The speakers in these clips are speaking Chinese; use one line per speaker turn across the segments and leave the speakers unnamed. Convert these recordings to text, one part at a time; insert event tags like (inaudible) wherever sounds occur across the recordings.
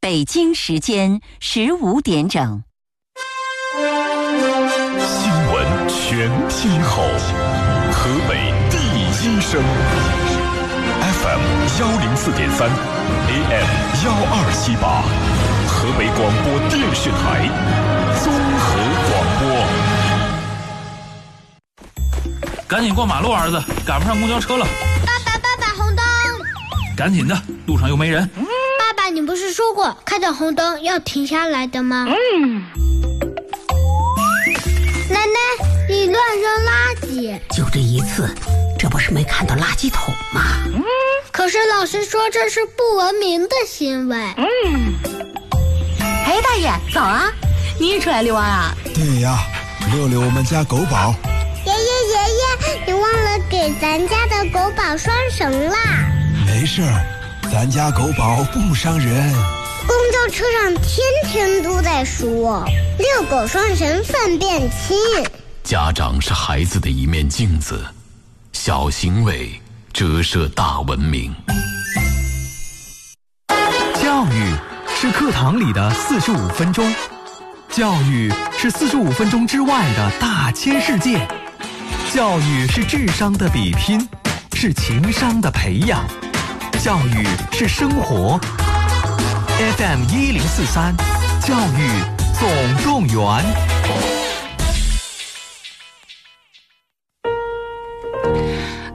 北京时间十五点整。
新闻全天候，河北第一声，FM 幺零四点三，AM 幺二七八，河北广播电视台综合
广播。赶紧过马路，儿子，赶不上公交车了。
爸爸，爸爸，红灯！
赶紧的，路上又没人。
爸爸，你不是说过看到红灯要停下来的吗？嗯。奶奶，你乱扔垃圾！
就这一次，这不是没看到垃圾桶吗？嗯、
可是老师说这是不文明的行为。嗯。
哎，大爷，早啊！你也出来遛弯啊？
哎
对呀，遛遛我们家狗宝。
爷爷，爷爷，你忘了给咱家的狗宝拴绳啦？
没事儿，咱家狗宝不伤人。
公交车上天天都在说。遛狗拴绳，粪便轻。
家长是孩子的一面镜子，小行为折射大文明。
教育是课堂里的四十五分钟，教育是四十五分钟之外的大千世界，教育是智商的比拼，是情商的培养，教育是生活。FM 一零四三，教育。总动员。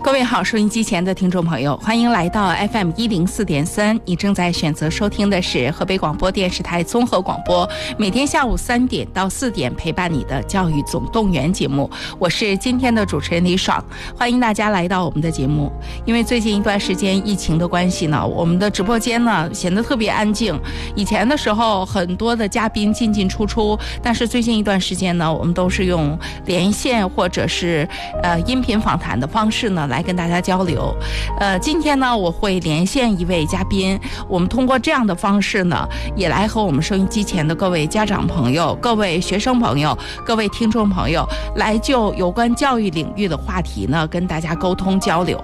各位好，收音机前的听众朋友，欢迎来到 FM 一零四点三，你正在选择收听的是河北广播电视台综合广播，每天下午三点到四点陪伴你的教育总动员节目，我是今天的主持人李爽，欢迎大家来到我们的节目。因为最近一段时间疫情的关系呢，我们的直播间呢显得特别安静，以前的时候很多的嘉宾进进出出，但是最近一段时间呢，我们都是用连线或者是呃音频访谈的方式呢来。来跟大家交流，呃，今天呢，我会连线一位嘉宾，我们通过这样的方式呢，也来和我们收音机前的各位家长朋友、各位学生朋友、各位听众朋友，来就有关教育领域的话题呢，跟大家沟通交流。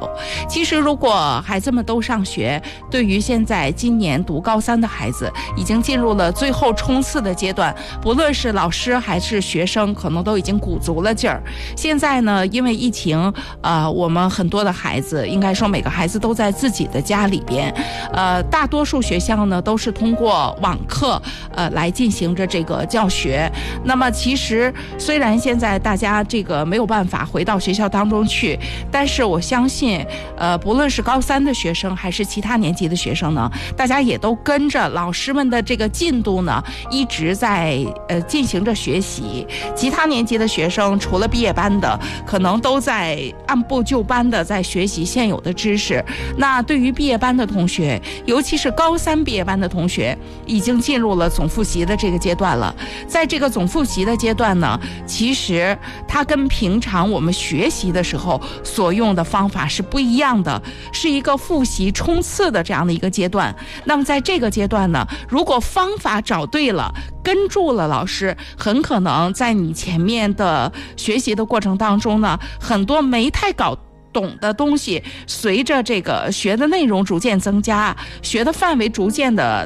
其实，如果孩子们都上学，对于现在今年读高三的孩子，已经进入了最后冲刺的阶段，不论是老师还是学生，可能都已经鼓足了劲儿。现在呢，因为疫情，呃，我们很。很多的孩子，应该说每个孩子都在自己的家里边，呃，大多数学校呢都是通过网课，呃，来进行着这个教学。那么其实虽然现在大家这个没有办法回到学校当中去，但是我相信，呃，不论是高三的学生还是其他年级的学生呢，大家也都跟着老师们的这个进度呢，一直在呃进行着学习。其他年级的学生除了毕业班的，可能都在按部就班。的在学习现有的知识，那对于毕业班的同学，尤其是高三毕业班的同学，已经进入了总复习的这个阶段了。在这个总复习的阶段呢，其实它跟平常我们学习的时候所用的方法是不一样的，是一个复习冲刺的这样的一个阶段。那么在这个阶段呢，如果方法找对了，跟住了老师，很可能在你前面的学习的过程当中呢，很多没太搞。懂的东西，随着这个学的内容逐渐增加，学的范围逐渐的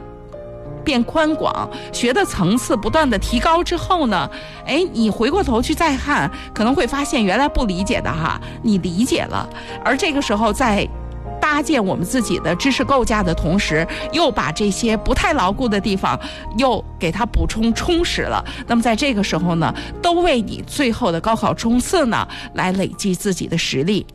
变宽广，学的层次不断的提高之后呢，哎，你回过头去再看，可能会发现原来不理解的哈，你理解了，而这个时候在。搭建我们自己的知识构架的同时，又把这些不太牢固的地方又给它补充充实了。那么在这个时候呢，都为你最后的高考冲刺呢来累积自己的实力。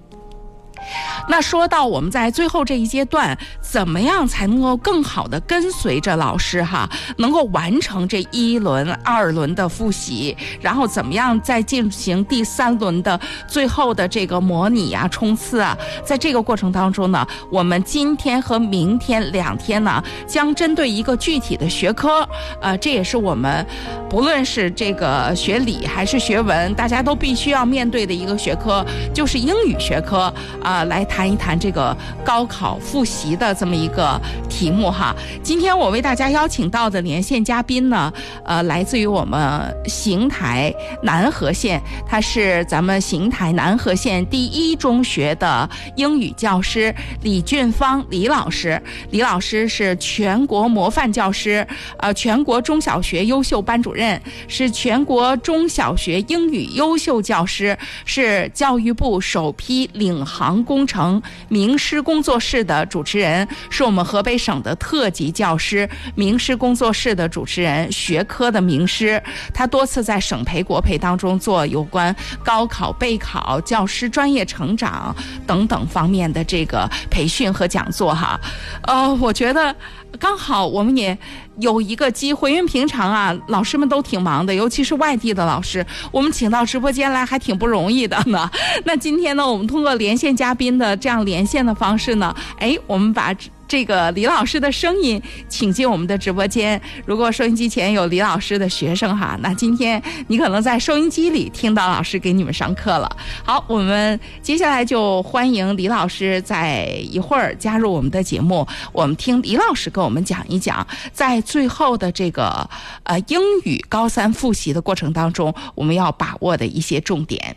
那说到我们在最后这一阶段，怎么样才能够更好的跟随着老师哈，能够完成这一轮、二轮的复习，然后怎么样再进行第三轮的最后的这个模拟啊、冲刺啊？在这个过程当中呢，我们今天和明天两天呢，将针对一个具体的学科，呃，这也是我们不论是这个学理还是学文，大家都必须要面对的一个学科，就是英语学科啊。呃啊，来谈一谈这个高考复习的这么一个题目哈。今天我为大家邀请到的连线嘉宾呢，呃，来自于我们邢台南河县，他是咱们邢台南河县第一中学的英语教师李俊芳李老师。李老师是全国模范教师，呃，全国中小学优秀班主任，是全国中小学英语优秀教师，是教育部首批领航工程名师工作室的主持人，是我们河北省的特级教师，名师工作室的主持人，学科的名师。他多次在省培、国培当中做有关高考备考、教师专业成长等等方面的这个培训和讲座哈。呃，我觉得刚好我们也有一个机会，因为平常啊，老师们都挺忙的，尤其是外地的老师，我们请到直播间来还挺不容易的呢。那今天呢，我们通过连线嘉宾的这样连线的方式呢， (laughs) 哎，我们把这。这个李老师的声音请进我们的直播间。如果收音机前有李老师的学生哈，那今天你可能在收音机里听到老师给你们上课了。好，我们接下来就欢迎李老师在一会儿加入我们的节目，我们听李老师跟我们讲一讲，在最后的这个呃英语高三复习的过程当中，我们要把握的一些重点。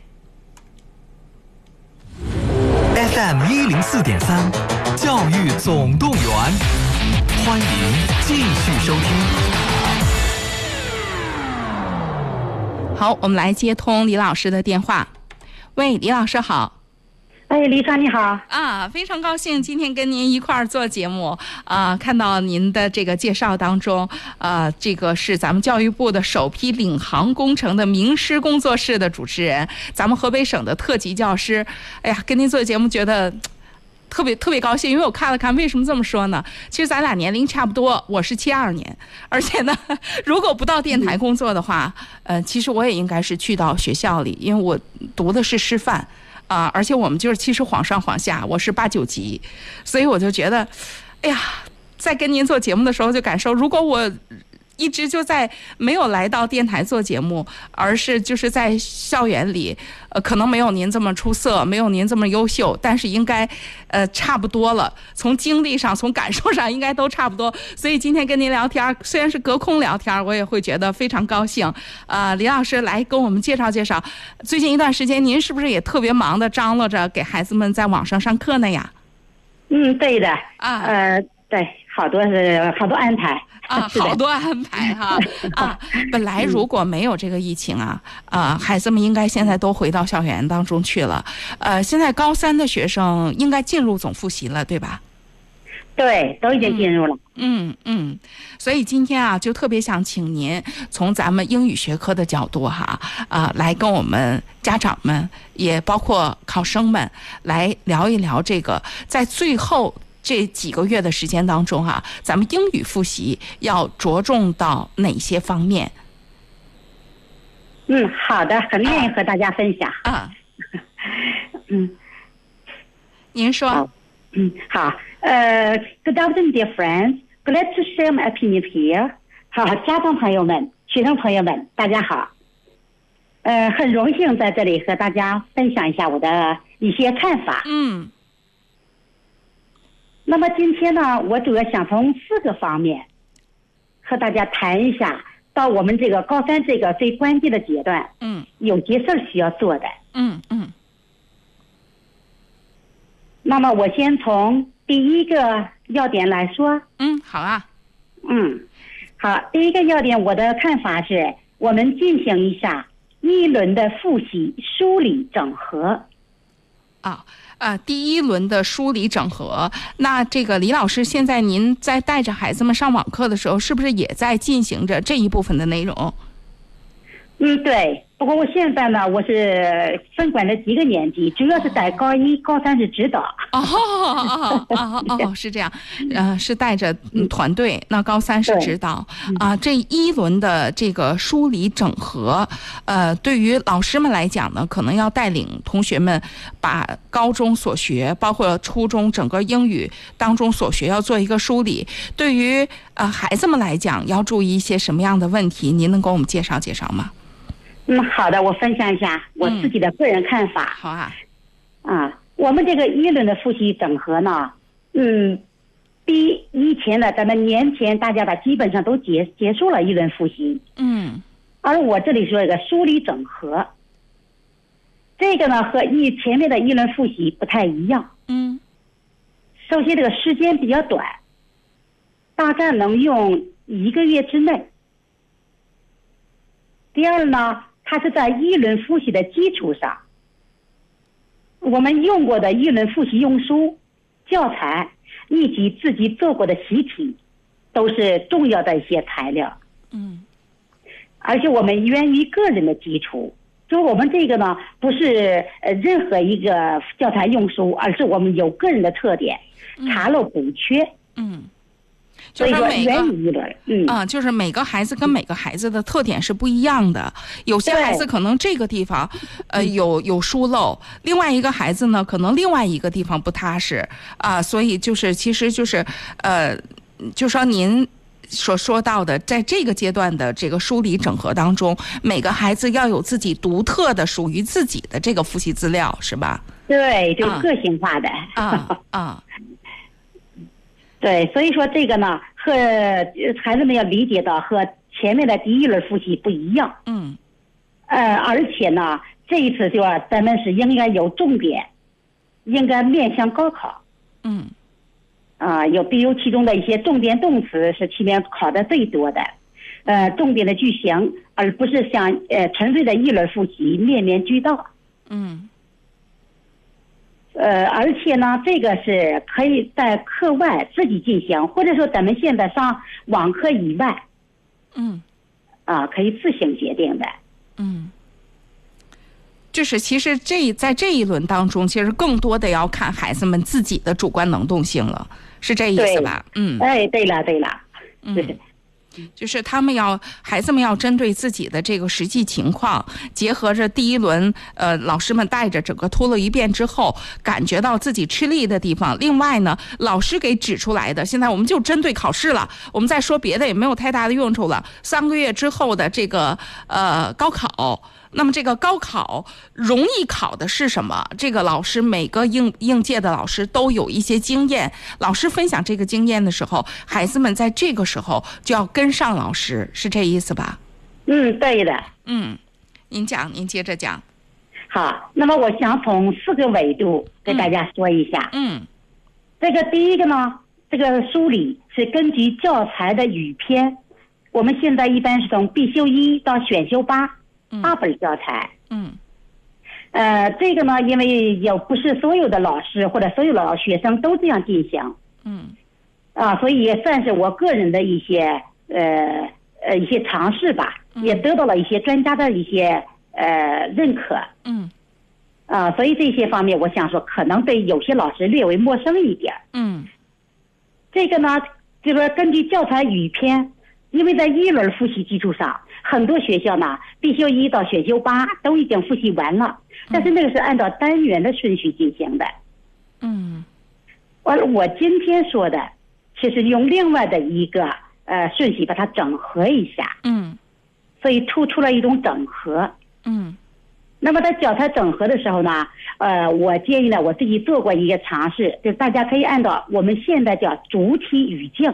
FM 一零四点三，教育总动员，欢迎继续收听。
好，我们来接通李老师的电话。喂，李老师好。
哎，黎莎你好，
啊，非常高兴今天跟您一块儿做节目啊、看到您的这个介绍当中，啊，这个是咱们教育部的首批领航工程的名师工作室的主持人，咱们河北省的特级教师。哎呀，跟您做节目觉得。嘖特别特别高兴，因为我看了看，为什么这么说呢？其实咱俩年龄差不多，我是七二年，而且呢， (laughs) 如果不到电台工作的话，呃，其实我也应该是去到学校里，因为我读的是师范，啊、而且我们就是其实晃上晃下，我是八九级，所以我就觉得，哎呀，在跟您做节目的时候就感受，如果我。一直就在没有来到电台做节目，而是就是在校园里，呃，可能没有您这么出色，没有您这么优秀，但是应该，呃，差不呃多了。从经历上，从感受上，应该都呃差不多。所以今天跟您聊天，虽然是隔空聊天，我也会觉得非常高兴。呃，李老师来跟我们介绍介绍，最近一段时间您是不是也特别忙的张罗着给孩子们在网上上课呢呀？
嗯，对的，
啊
呃，对，好多是好多安排 (laughs)
啊，
是的
好多安排哈啊！本来如果没有这个疫情啊，啊，孩子们应该现在都回到校园当中去了。呃，现在高三的学生应该进入总复习了，对吧？
对，都已经进入了。
嗯嗯，所以今天啊，就特别想请您从咱们英语学科的角度哈啊、来跟我们家长们，也包括考生们来聊一聊这个，在最后这几个月的时间当中哈、咱们英语复习要着重到哪些方面
嗯，好的，很愿意和大家分享。
啊？
(laughs) 嗯
您说。
好嗯，好，呃，Good afternoon, dear friends. Glad to share my opinion here. 好，家长朋友们、学生朋友们，大家好。呃，很荣幸在这里和大家分享一下我的一些看法。
嗯
那么今天呢，我主要想从四个方面和大家谈一下，到我们这个高三这个最关键的阶段，
嗯
有些事儿需要做的。
嗯嗯
那么我先从第一个要点来说，
嗯，好啊。
嗯，好，第一个要点，我的看法是我们进行一下一轮的复习、梳理、整合。
啊啊，第一轮的梳理整合。那这个李老师，现在您在带着孩子们上网课的时候，是不是也在进行着这一部分的内容？
嗯，对。不过我现在呢，我是分管了几个年级，主要是在高一、高三是指导。
哦哦哦哦哦，是这样，呃，是带着嗯团队。那高三是指导啊，这一轮的这个梳理整合，呃，对于老师们来讲呢，可能要带领同学们把高中所学，包括初中整个英语当中所学，要做一个梳理。对于呃孩子们来讲，要注意一些什么样的问题？您能给我们介绍介绍吗？
嗯，好的，我分享一下我自己的个人看法、
好啊，
啊。我们这个一轮的复习整合呢，嗯，比以前呢，咱们年前大家吧，基本上都结结束了一轮复习，
嗯，
而我这里说一个梳理整合，这个呢和一前面的一轮复习不太一样，
嗯，
首先这个时间比较短，大概能用一个月之内。第二呢，它是在一轮复习的基础上，我们用过的一轮复习用书、教材以及自己做过的习题，都是重要的一些材料。
嗯，
而且我们源于个人的基础，所以我们这个呢，不是呃任何一个教材用书，而是我们有个人的特点，查漏补缺。
嗯，
所
就
以
是
说
每个
源于一轮。嗯
啊、就是每个孩子跟每个孩子的特点是不一样的。有些孩子可能这个地方，呃，有有疏漏；另外一个孩子呢，可能另外一个地方不踏实啊、所以就是，其实就是，呃，就说您。所说到的，在这个阶段的这个梳理整合当中，每个孩子要有自己独特的、属于自己的这个复习资料，是吧？
对，就
啊
个性化的。
啊啊，
对，所以说这个呢，和呃孩子们要理解到和前面的第一轮复习不一样。
嗯
呃，而且呢，这一次就要咱们是应该有重点，应该面向高考
嗯
啊、有比如其中的一些重点动词是去年考的最多的，呃，重点的句型，而不是像呃纯粹的一轮复习面面俱到。
嗯
呃，而且呢，这个是可以在课外自己进行，或者说咱们现在上网课以外
嗯
啊、可以自行决定的。
嗯，就是其实这在这一轮当中，其实更多的要看孩子们自己的主观能动性了，是这意思吧？嗯
哎，对了对了，对
嗯，就是他们要孩子们要针对自己的这个实际情况，结合着第一轮呃老师们带着整个拖了一遍之后，感觉到自己吃力的地方。另外呢，老师给指出来的，现在我们就针对考试了，我们再说别的也没有太大的用处了。三个月之后的这个呃高考。那么这个高考容易考的是什么？这个老师每个应应届的老师都有一些经验，老师分享这个经验的时候，孩子们在这个时候就要跟上老师，是这意思吧？
(laughs) 嗯，对的。
嗯，您讲，您接着讲。
好，那么我想从四个维度给大家说一下。
嗯
这个第一个呢，这个梳理是根据教材的语篇，我们现在一般是从必修一到选修八八本教材。
嗯
呃，这个呢，因为有不是所有的老师或者所有的学生都这样进行
嗯
啊，所以也算是我个人的一些呃呃一些尝试吧，也得到了一些专家的一些呃认可。
嗯
啊，所以这些方面，我想说，可能对有些老师略为陌生一点儿。
嗯
这个呢，就是说根据教材语篇，因为在一轮复习基础上，很多学校呢，必修一到选修八都已经复习完了，但是那个是按照单元的顺序进行的。
嗯
完了，我今天说的，其实用另外的一个呃顺序把它整合一下，
嗯
所以突出了一种整合。
嗯
那么在教材整合的时候呢，呃，我建议呢，我自己做过一个尝试，就是大家可以按照我们现在叫主体语境，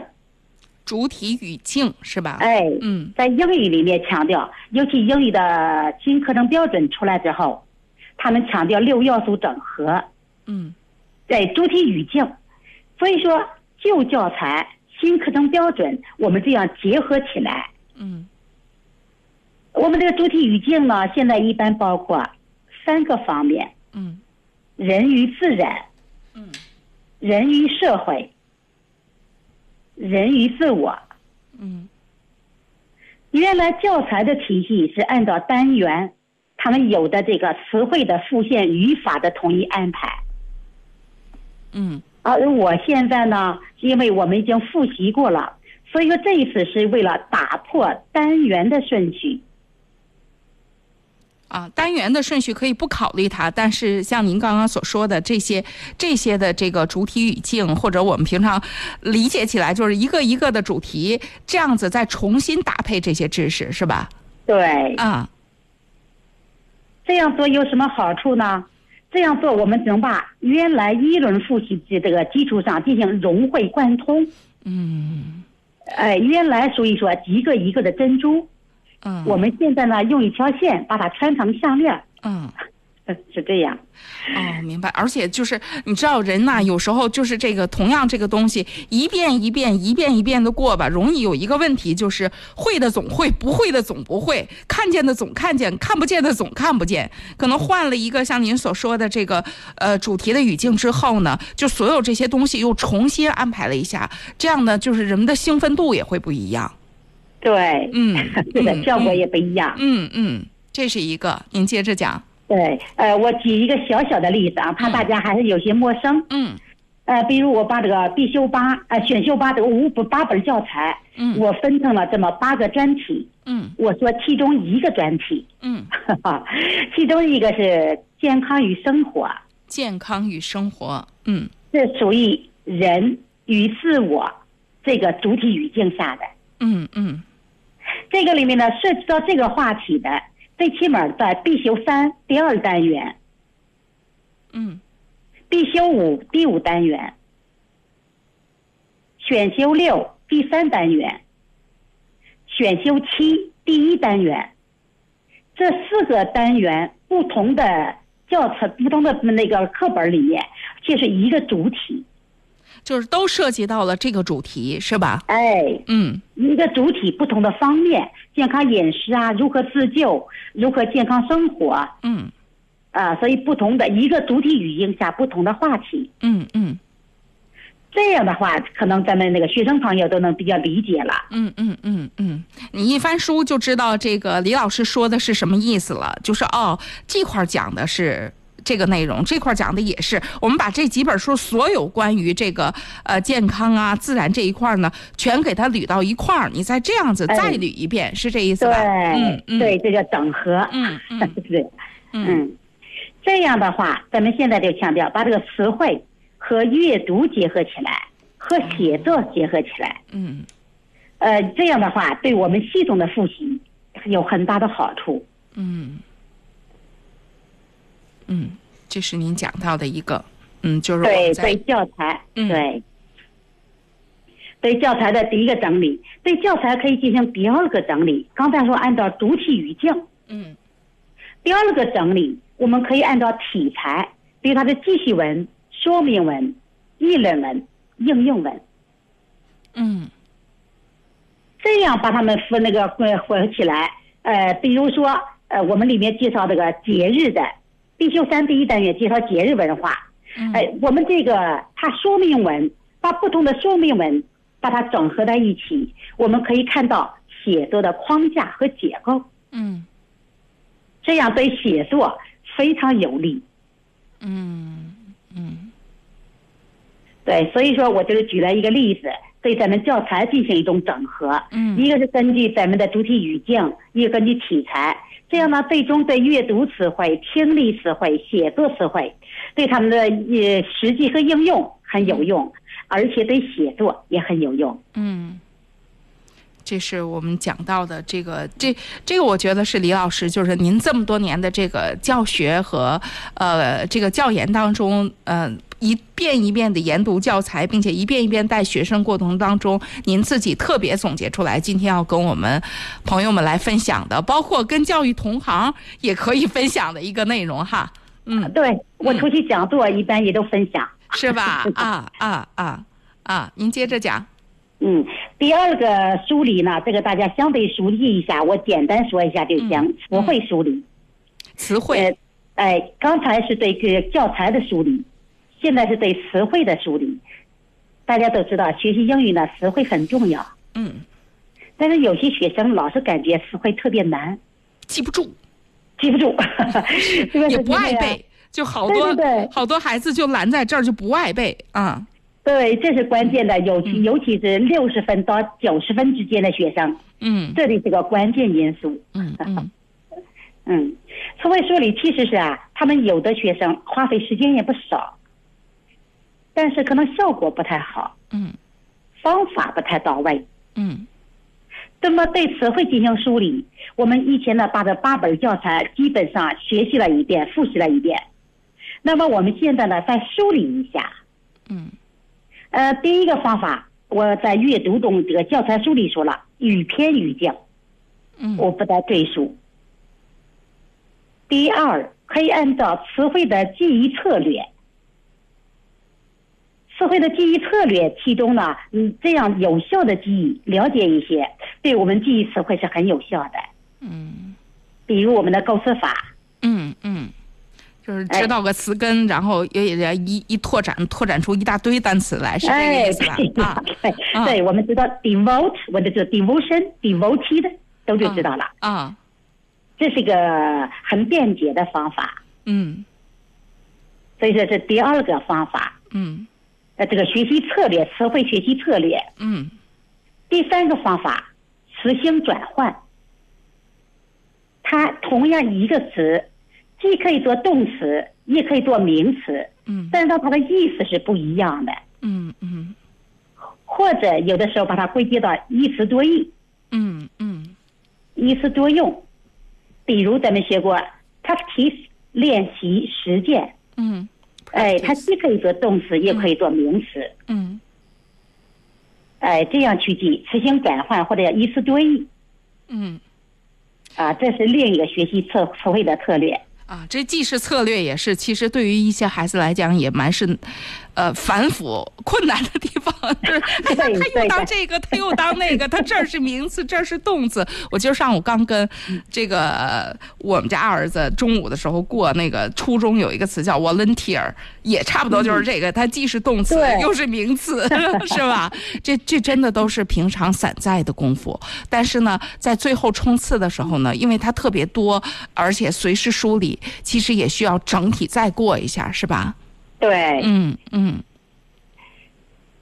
主体语境是吧？
哎，
嗯
在英语里面强调，尤其英语的新课程标准出来之后，他们强调六要素整合，
嗯
对主体语境，所以说旧教材、新课程标准，我们这样结合起来，
嗯
我们这个主体语境呢，现在一般包括三个方面，
嗯
人与自然，
嗯
人与社会，人与自我。
嗯
原来教材的体系是按照单元，他们有的这个词汇的复现、语法的统一安排。
嗯
而我现在呢，因为我们已经复习过了，所以说这一次是为了打破单元的顺序。
啊，单元的顺序可以不考虑它，但是像您刚刚所说的这些这些的这个主体语境，或者我们平常理解起来就是一个一个的主题，这样子再重新搭配这些知识，是吧？
对，
啊，
这样做有什么好处呢？这样做，我们只能把原来一轮复习制这个基础上进行融会贯通。
嗯，
哎、原来所以说一个一个的珍珠，
嗯，
我们现在呢用一条线把它穿成项链儿，
嗯。
呃是这样。
哦，明白。而且就是你知道，人呐、有时候就是这个同样这个东西，一遍一遍、一遍一遍的过吧，容易有一个问题，就是会的总会，不会的总不会，看见的总看见，看不见的总看不见。可能换了一个像您所说的这个呃主题的语境之后呢，就所有这些东西又重新安排了一下，这样呢，就是人们的兴奋度也会不一样。
(laughs) 对，
嗯
是的
嗯，
效果
嗯
也不一样。
嗯嗯，这是一个。您接着讲。
对，呃，我举一个小小的例子啊，怕大家还是有些陌生。
嗯
呃，比如我把这个必修八呃选修八这个五本八本教材，
嗯
我分成了这么八个专题，
嗯
我说其中一个专题， (laughs)
嗯，
哈哈，其中一个是健康与生活，
健康与生活。嗯
这属于人与自我这个主体语境下的。
嗯嗯
这个里面呢，涉及到这个话题的，最起码在必修三第二单元、
嗯
必修五第五单元、选修六第三单元、选修七第一单元，这四个单元不同的教材、不同的那个课本里面，就是一个主体。
就是都涉及到了这个主题，是吧？
哎，
嗯
一个主体不同的方面，健康饮食啊，如何自救，如何健康生活啊、
嗯
所以不同的一个主体语境下不同的话题，
嗯嗯
这样的话，可能咱们那个学生朋友都能比较理解了。
嗯嗯嗯嗯，你一翻书就知道这个李老师说的是什么意思了，就是哦，这块儿讲的是。这个内容这块儿讲的也是，我们把这几本书所有关于这个呃健康啊、自然这一块儿呢，全给它捋到一块儿，你再这样子
哎
再捋一遍，是这意思
对
吧？，嗯嗯
对，这叫整合。
嗯嗯
(laughs) 对，
嗯
嗯，这样的话，咱们现在就强调把这个词汇和阅读结合起来，和写作结合起来。
嗯
呃，这样的话，对我们系统的复习有很大的好处。
嗯嗯，这是您讲到的一个，嗯，就是我
对
们在
对教材，
嗯
对对教材的第一个整理，对教材可以进行第二个整理。刚才说按照主体语境，
嗯
第二个整理我们可以按照题材，比如它的记叙文、说明文、议论文、应用文，
嗯
这样把它们分那个混混起来。呃，比如说，呃，我们里面介绍这个节日的必修三第一单元介绍节日文化，
嗯
哎，我们这个它说明文，把不同的说明文把它整合在一起，我们可以看到写作的框架和结构，
嗯
这样对写作非常有利。
嗯嗯
对，所以说我就是举了一个例子，对咱们教材进行一种整合。
嗯
一个是根据咱们的主体语境，一个根据题材，这样呢，最终对阅读词汇、听力词汇、写作词汇，对他们的呃实际和应用很有用，而且对写作也很有用。
嗯，这是我们讲到的这个这这个，我觉得是李老师，就是您这么多年的这个教学和呃这个教研当中，呃。一遍一遍的研读教材，并且一遍一遍带学生过程当中，您自己特别总结出来，今天要跟我们朋友们来分享的，包括跟教育同行也可以分享的一个内容哈，
(laughs)
嗯，
对我出去讲座一般也都分享。
是吧？啊啊啊啊！您接着讲，
嗯，第二个梳理呢，这个大家相对熟悉一下，我简单说一下就行。词汇梳理，
词汇，
呃，哎，刚才是对这个教材的梳理，现在是对词汇的梳理。大家都知道，学习英语呢，词汇很重要，
嗯，
但是有些学生老是感觉词汇特别难，
记不住，
记不住， (laughs) 是
也
是
不爱
这样
背，就好多
对对对
好多孩子就拦在这儿，就不爱背啊。
对，这是关键的，尤其尤其是六十分到九十分之间的学生，
嗯
这里是个关键因素。
嗯嗯
嗯，词汇梳理其实是啊，他们有的学生花费时间也不少，但是可能效果不太好，
嗯
方法不太到位。
嗯
那么对词汇进行梳理，我们以前呢把这八本教材基本上学习了一遍，复习了一遍。那么我们现在呢，再梳理一下。
嗯，
呃，第一个方法，我在阅读中这个教材书里说了，语篇语教，
嗯，
我不再赘述。第二，可以按照词汇的记忆策略。词汇的记忆策略，其中呢，你这样有效的记忆，了解一些，对我们记忆词汇是很有效的。
嗯，
比如我们的构思法，
嗯嗯，就是
哎
知道个词根，然后也也一一拓展，拓展出一大堆单词来，是这个
哎，
意思吧？
对
啊，
(laughs) 对
啊
对，我们知道 devote，我的就 devotion、devoted 都就知道了，
啊，
这是个很便捷的方法，
嗯
所以说是第二个方法，
嗯
呃，这个学习策略，词汇学习策略。
嗯
第三个方法，词性转换，它同样一个词，既可以做动词，也可以做名词，
嗯
但是它的意思是不一样的，
嗯嗯
或者有的时候把它归结到一词多义。
嗯嗯
一次多用。比如咱们学过 practice 练习实践，
嗯
哎，它既可以做动词，也可以做名词，
嗯
哎，这样去记词性转换或者一词多义
嗯
啊，这是另一个学习策词汇的策略。
啊，这既是策略，也是其实对于一些孩子来讲也蛮是，呃，繁复困难的地方。就是哎呀，
对
他又
对
当
的
这个，他又当那个，他这儿是名
(laughs)
词，这儿是动词。我今儿上午刚跟这个呃我们家儿子中午的时候过那个初中有一个词叫 volunteer，也差不多就是这个，它既是动词
嗯对
又是名
(laughs)
词，是吧？这这真的都是平常散在的功夫，但是呢，在最后冲刺的时候呢，因为它特别多，而且随时梳理，其实也需要整体再过一下，是吧？
对，
嗯嗯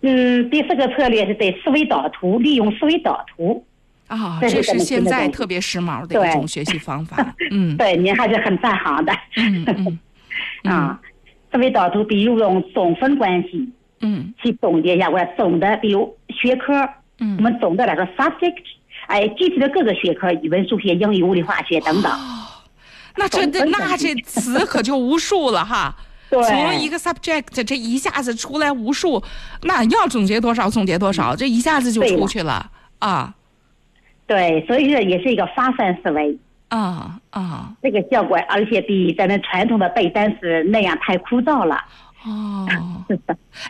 嗯，第四个策略是对思维导图，利用思维导图。
啊、
这是
这
咱
是
们
现
新的
在
东西
特别时髦的一种
对
学习方法。嗯
对，您还是很在行的
嗯嗯
(laughs) 啊。思维导图，比如用总分关系
嗯
去总结一下，我总的，比如学科，我
嗯，
们总的来说 subject，哎，具体的各个学科，语文、数学、英语、物理、化学等等。
哦那这这
总分
那
关
这 (laughs)
系
词可就无数了哈。
(laughs) 对，
从一个 subject 这一下子出来无数，那要总结多少总结多少，这一下子就
嗯对
出
了
去了啊
对，所以说也是一个发散思维，
啊啊
这个效果，而且比咱们传统的背单词那样太枯燥了。 (laughs)
哦！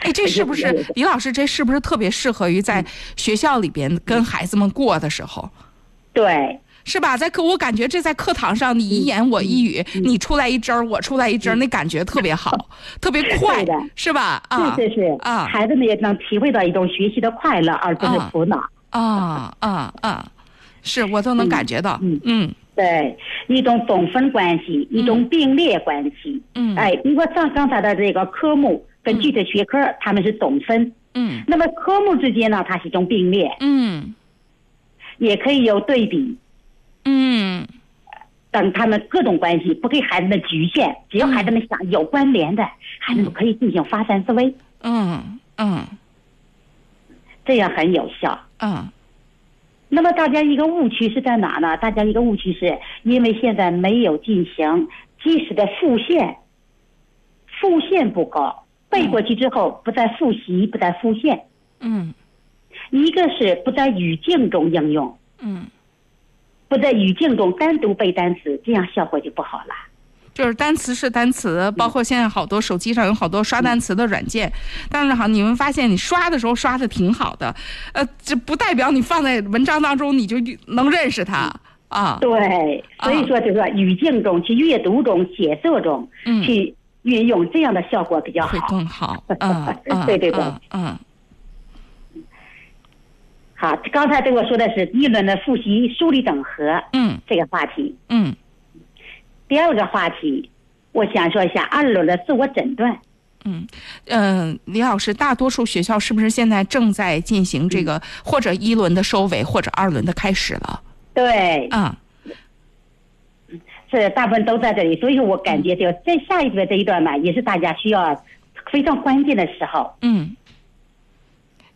哎，这是不是李老师？这是不是特别适合于
嗯
在学校里边跟孩子们过的时候？
对，
是吧？在课，我感觉这在课堂上，你一
嗯
言我一语，你出来一针儿，我出来一针儿，那感觉特别好，特别快
(laughs) 对的，
是吧？啊，
这就是
啊
孩子们也能体会到一种学习的快乐，而不是
啊
苦恼。
啊啊啊！是我都能感觉到，
嗯
嗯
对，一种总分关系，一种并列关系。
嗯
哎，比如说像刚才的这个科目跟具体学科，他们是总分。
嗯
那么科目之间呢，它是一种并列，
嗯
也可以有对比。
嗯。
等他们各种关系，不给孩子们局限，只要孩子们想有关联的，孩子们可以进行发散思维，
嗯嗯
这样很有效。
嗯
那么大家一个误区是在哪呢？大家一个误区是因为现在没有进行及时的复现，复现不高，背过去之后不再复习，不再复现。
嗯
一个是不在语境中应用，
嗯，
不在语境中单独背单词，这样效果就不好了。
就是单词是单词，包括现在好多手机上有好多刷单词的软件，但是好，你们发现你刷的时候刷的挺好的，呃，这不代表你放在文章当中你就能认识它啊。
对，所以说这个语境中、去阅读中、写作中、
嗯
去运用，这样的效果比较
会
好。
更好，嗯，
(laughs) 对对对
嗯嗯
好，刚才对我说的是一轮的复习、梳理整合
嗯
这个话题。
嗯
第二个话题，我想说一下二轮的自我诊断。
嗯，李老师，大多数学校是不是现在正在进行
嗯
这个，或者一轮的收尾，或者二轮的开始了？
对，
啊，
是大部分都在这里，所以说我感觉就在下一个这一段吧，也是大家需要非常关键的时候。
嗯，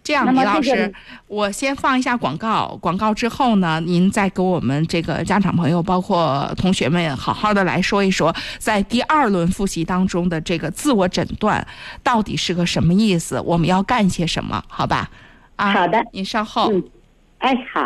这样，
那
李
么
老
这个
师，我先放一下广告，广告之后呢，您再给我们这个家长朋友，包括同学们，好好的来说一说，在第二轮复习当中的这个自我诊断到底是个什么意思，我们要干些什么，好吧？啊，
好的，
您稍后。
嗯哎，好，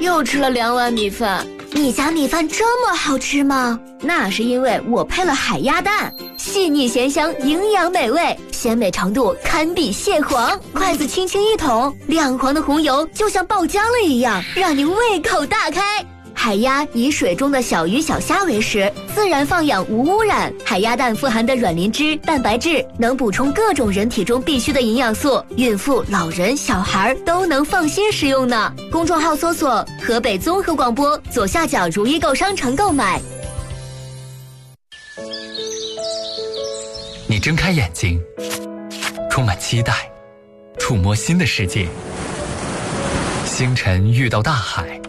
又吃了两碗米饭。
你家米饭这么好吃吗？
那是因为我配了海鸭蛋，细腻咸香，营养美味，鲜美程度堪比蟹黄。筷子轻轻一捅，亮黄的红油就像爆浆了一样，让您胃口大开。海鸭以水中的小鱼小虾为食，自然放养无污染。海鸭蛋富含的软磷脂、蛋白质，能补充各种人体中必需的营养素，孕妇、老人、小孩儿都能放心食用呢。公众号搜索“河北综合广播”，左下角如意购商城购买。
你睁开眼睛，充满期待，触摸新的世界。星辰遇到大海，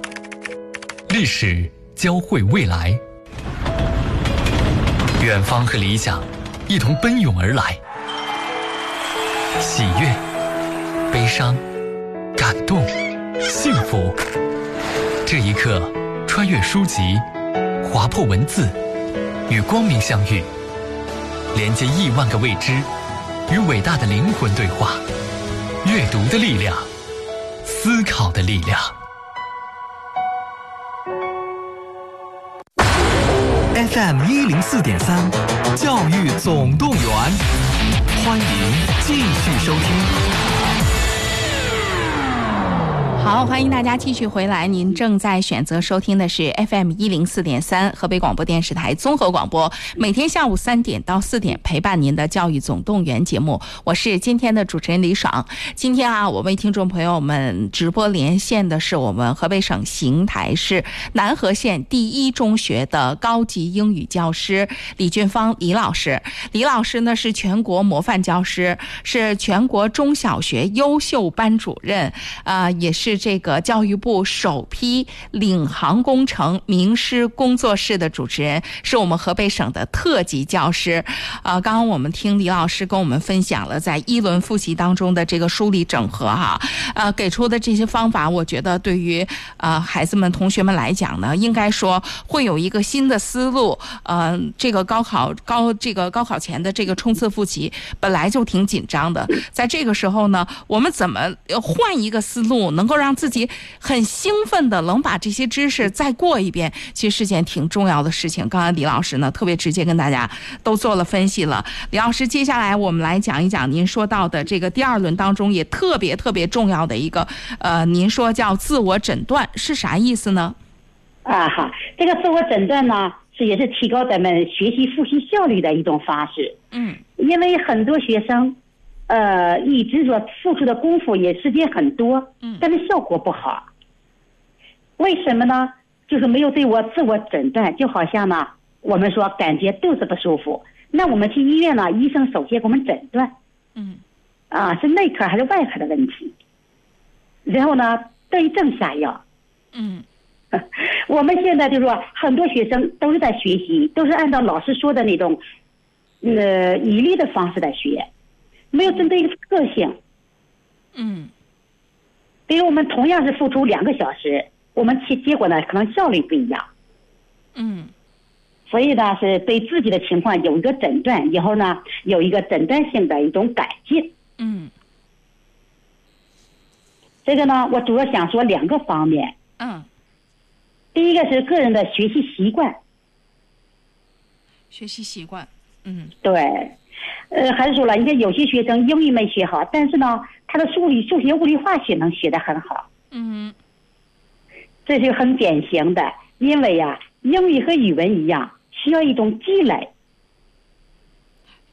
历史交汇未来，远方和理想一同奔涌而来。喜悦、悲伤、感动、幸福，这一刻穿越书籍，划破文字，与光明相遇。连接亿万个未知，与伟大的灵魂对话。阅读的力量，思考的力量。
FM 一零四点三，教育总动员，欢迎继续收听。
好，欢迎大家继续回来。您正在选择收听的是 FM 一零四点三，河北广播电视台综合广播，每天下午三点到四点陪伴您的教育总动员节目。我是今天的主持人李爽。今天啊，我为听众朋友们直播连线的是我们河北省邢台市南河县第一中学的高级英语教师李俊芳李老师。李老师呢是全国模范教师，是全国中小学优秀班主任，啊，也是这个教育部首批领航工程名师工作室的主持人，是我们河北省的特级教师。啊，刚刚我们听李老师跟我们分享了在一轮复习当中的这个梳理整合哈，呃，给出的这些方法，我觉得对于呃孩子们、同学们来讲呢，应该说会有一个新的思路。呃，这个高考高这个高考前的这个冲刺复习本来就挺紧张的，在这个时候呢，我们怎么呃换一个思路，能够让自己很兴奋的能把这些知识再过一遍，其实是件挺重要的事情。刚才李老师呢特别直接跟大家都做了分析了。李老师，接下来我们来讲一讲您说到的这个第二轮当中也特别特别重要的一个呃，您说叫自我诊断是啥意思呢？
啊好，这个自我诊断呢，是也是提高咱们学习复习效率的一种方式。
嗯，
因为很多学生，呃，一直所付出的功夫也时间很多，嗯，但是效果不好。为什么呢？就是没有对我自我诊断，就好像呢，我们说感觉肚子不舒服，那我们去医院呢，医生首先给我们诊断，
嗯，
啊，是内科还是外科的问题，然后呢，对症下药。
嗯，
我们现在就说很多学生都是在学习，都是按照老师说的那种，呃，一律的方式来学，没有针对一个特性。
嗯，
比如我们同样是付出两个小时，我们其结果呢可能效率不一样，
嗯
所以呢是对自己的情况有一个诊断，以后呢有一个诊断性的一种改进。
嗯
这个呢，我主要想说两个方面。
嗯，
第一个是个人的学习习惯，
学习习惯，嗯
对，呃，还是说了，你看有些学生英语没学好，但是呢，他的数理、数学、物理、化学能学得很好，
嗯
这是很典型的。因为呀、英语和语文一样，需要一种积累。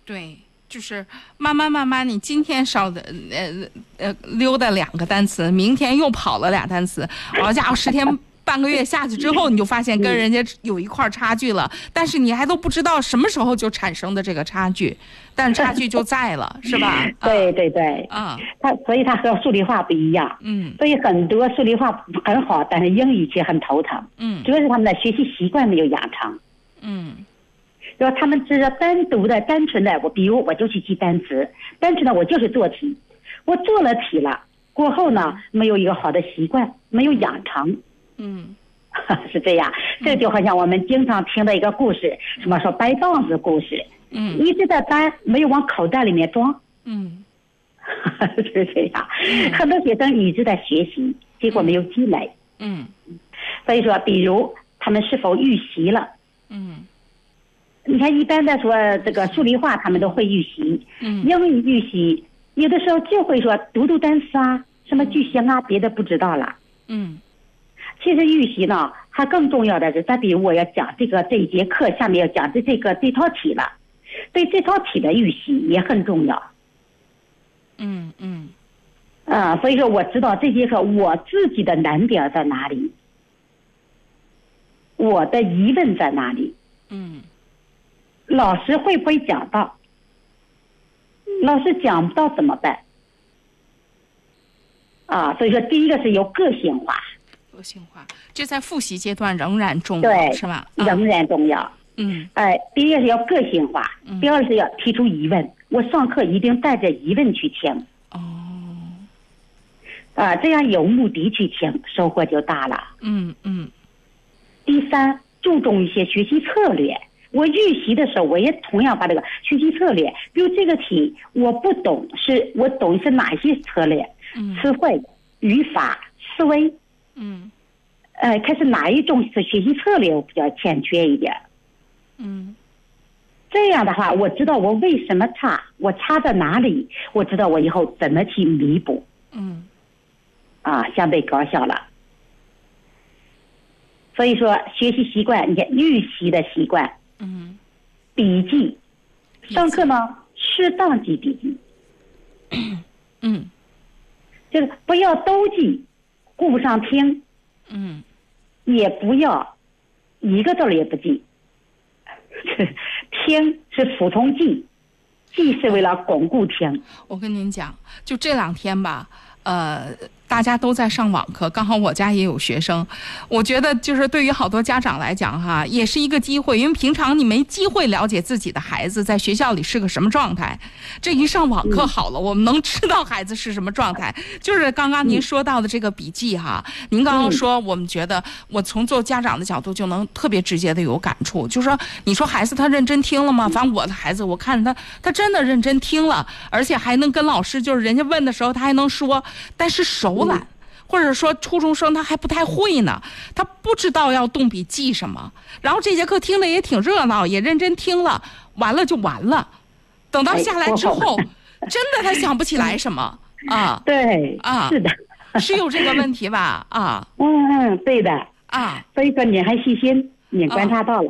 对，就是慢慢慢慢，你今天少的呃呃溜达两个单词，明天又跑了俩单词，好家伙，十天半个月下去之后，你就发现跟人家有一块差距了，但是你还都不知道什么时候就产生的这个差距，但差距就在 (laughs) 了，是吧？
对对对，
啊，
他所以他和数理化不一样，
嗯
所以很多数理化很好，但是英语却很头疼，
嗯
主要是他们的学习习惯没有养成。
嗯
然后他们只是单独的、单纯的，我比如我就去记单词，单纯的我就是做题，我做了题了，过后呢，没有一个好的习惯，没有养成， (laughs)
嗯，
是这样。这就好像我们经常听的一个故事，什么说掰棒子故事，
嗯，
一直在掰，没有往口袋里面装， (laughs)
嗯，
是这样。很多学生一直在学习，结果没有积累，
嗯，
所以说，比如他们是否预习了，
嗯，
你看一般的说这个数理化他们都会预习，
嗯，
英语预习，有的时候就会说读读单词啊，什么句型啊，别的不知道了。
嗯，
其实预习呢，它更重要的是，再比如我要讲这个这一节课，下面要讲这这个这套题了，对这套题的预习也很重要。
嗯嗯，
啊、所以说我知道这节课我自己的难点在哪里，我的疑问在哪里，
嗯，
老师会不会讲到？老师讲不到怎么办？啊，所以说第一个是由个性化，
个性化，这在复习阶段仍然重要，
对，
是吧？啊
仍然重要。
嗯
哎，第一个是要个性化，第二是要提出疑问。我上课一定带着疑问去听。
哦。
啊，这样有目的去听，收获就大了。
嗯嗯
第三，注重一些学习策略。我预习的时候，我也同样把这个学习策略，比如这个题我不懂，是我懂是哪些策略、
嗯
词汇、语法、思维，
嗯
呃，看是哪一种是学习策略我比较欠缺一点。
嗯
这样的话，我知道我为什么差，我差在哪里，我知道我以后怎么去弥补
嗯
啊，相对高效了。所以说，学习习惯，你看预习的习惯，
嗯，
笔记，上课呢适当记笔记，
嗯
就是不要都记，顾不上听，
嗯
也不要一个字儿也不记。 (laughs) 听是普通记，记是为了巩固听。
我跟您讲，就这两天吧，呃，大家都在上网课，刚好我家也有学生，我觉得就是对于好多家长来讲哈，也是一个机会，因为平常你没机会了解自己的孩子在学校里是个什么状态，这一上网课好了，我们能知道孩子是什么状态。 (laughs) 就是刚刚您说到的这个笔记哈，您刚刚说，我们觉得我从做家长的角度就能特别直接的有感触，就说你说孩子他认真听了吗？反正我的孩子，我看着他，他真的认真听了，而且还能跟老师，就是人家问的时候他还能说，但是手懒。或者说初中生他还不太会呢，他不知道要动笔记什么。然后这节课听的也挺热闹，也认真听了，完了就完了。等到下来之后， (laughs) 真的他想不起来什么啊
对，
啊，
是的，
是有这个问题吧？啊
嗯嗯，对的。
啊，
所以说你还细心，你观察到了。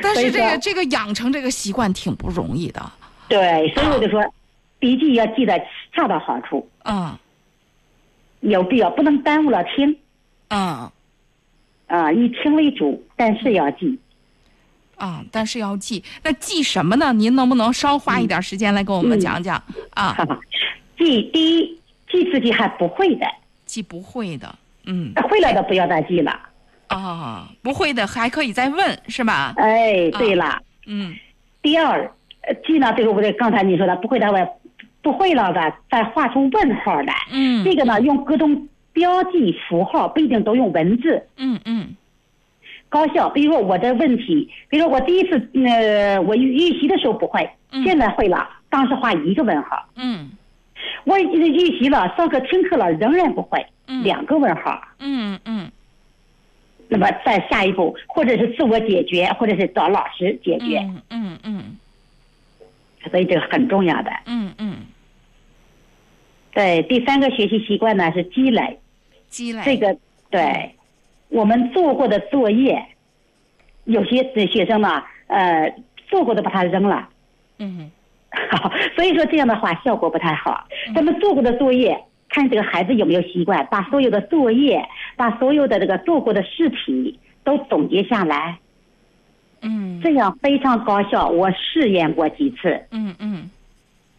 但是这
所以
个
说
这个养成这个习惯挺不容易的，
(laughs) 对，所以我就说，笔记要记得恰到好处，
嗯
有必要不能耽误了听
嗯
啊，以听为主，但是要记。
啊，但是要记，那记什么呢？您能不能稍花一点时间来给我
嗯
们讲讲啊？
(laughs) 记第一，记自己还不会的，
记不会的，嗯
会了的不要再记了。
啊，不会的还可以再问是吧？
哎，对了，
嗯
第二，呃记呢，这个我这刚才你说的不会的，我不会了的，再画出问号来。
嗯
这个呢，用各种标记符号，不一定都用文字。
嗯嗯
高效。比如说我的问题，比如说我第一次呃，我预预习的时候不会，现在会了，当时画一个问号。
嗯
我预习了，上课听课了，仍然不会，两个问号。
嗯嗯
那么再下一步，或者是自我解决，或者是找老师解决，
嗯嗯嗯
所以这个很重要的。
嗯嗯，
对，第三个学习习惯呢是积累，
积累
这个对，我们做过的作业，有些的学生呢，呃，做过的把它扔了， (laughs)
嗯
好，所以说这样的话效果不太好。咱们做过的作业，看这个孩子有没有习惯，把所有的作业，把所有的这个做过的试题都总结下来，
嗯
这样非常高效。我试验过几次，
嗯嗯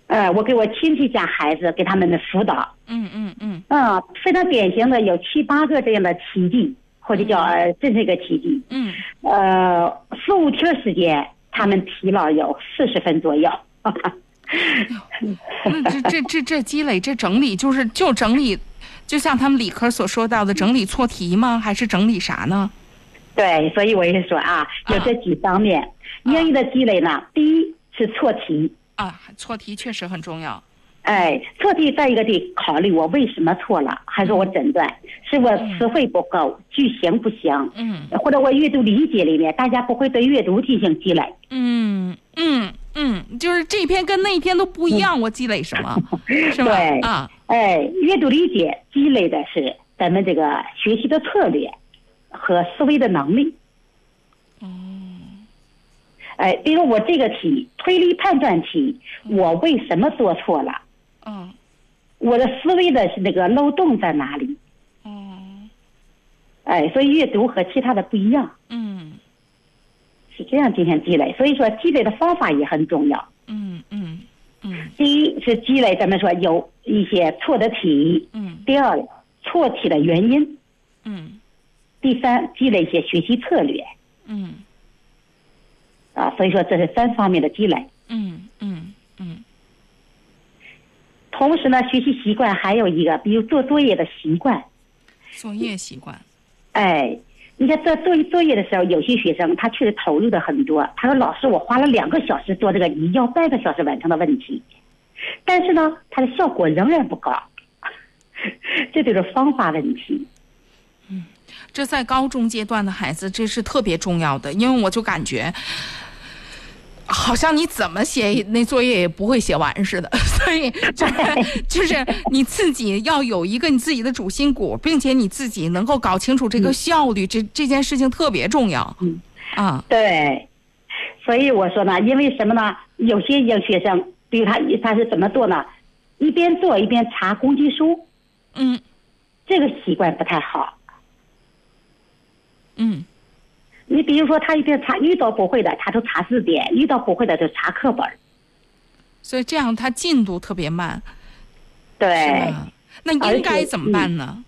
呃，我给我亲戚家孩子给他们的辅导，
嗯嗯嗯
嗯，非常典型的有七八个这样的奇迹，或者叫呃，这是一个奇迹，
嗯
呃，四五天时间，他们疲劳有四十分左右。 (laughs)
嗯，这这这这积累，这整理就是就整理，就像他们理科所说到的整理错题吗？还是整理啥呢？
对，所以我也是说啊，有这几方面。啊、英语的积累呢，第一是错题
啊，错题确实很重要。
哎，错题再一个得考虑我为什么错了，还是我诊断是我词汇不够，嗯、句型不行，
嗯，
或者我阅读理解里面大家不会对阅读进行积累。
嗯嗯嗯，就是这篇跟那篇都不一样，嗯、我积累什么？是吧？
对
啊，
哎，阅读理解积累的是咱们这个学习的策略。和思维的能力，
哦，
哎，比如我这个题推理判断题，我为什么做错了？
嗯，
我的思维的那个漏洞在哪里？
哦，
哎，所以阅读和其他的不一样。
嗯，
是这样进行积累，所以说积累的方法也很重要。
嗯嗯嗯，
第一是积累，咱们说有一些错的题。
嗯，
第二错题的原因。
嗯。
第三，积累一些学习策略。
嗯。
啊，所以说这是三方面的积累。
嗯嗯嗯。
同时呢，学习习惯还有一个，比如做作业的习惯。
作业习惯。
哎，你看做做作业的时候，有些学生他确实投入的很多。他说：“老师，我花了两个小时做这个你要半个小时完成的问题，但是呢，它的效果仍然不高。”这就是方法问题。
嗯。这在高中阶段的孩子，这是特别重要的，因为我就感觉，好像你怎么写那作业也不会写完似的， (laughs) 所以就是就是你自己要有一个你自己的主心骨，并且你自己能够搞清楚这个效率，嗯、这这件事情特别重要。
嗯
啊，
对，所以我说呢，因为什么呢？有些学生，比如他他是怎么做呢？一边做一边查工具书，
嗯，
这个习惯不太好。
嗯，
你比如说，他一边查遇到不会的，他就查字典；遇到不会的，就查课本。
所以这样他进度特别慢。哎啊
对，
那应该怎么办呢、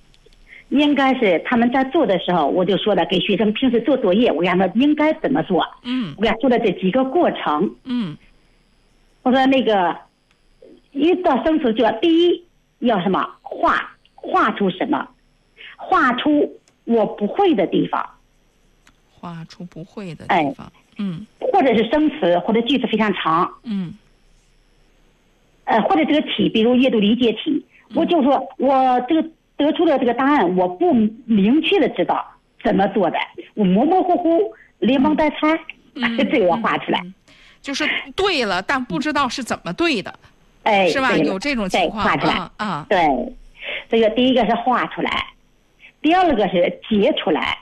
嗯？应该是他们在做的时候，我就说了，给学生平时做作业，我让他应该怎么做。
嗯，
我给他说了这几个过程。
嗯，
我说那个遇到生词就要第一要什么画画出什么，画出我不会的地方。
画出不会的地方，哎、嗯，
或者是生词，或者句子非常长，
嗯，
呃，或者这个题，比如阅读理解题，嗯、我就说我这个得出的这个答案，我不明确的知道怎么做的，我模模糊糊，连蒙带猜，嗯、 (laughs) 这个要画出来、嗯，
就是对了，但不知道是怎么对的，
哎，
是吧？有这种情况，
画出来啊，
啊
对，这个第一个是画出来，第二个是截出来。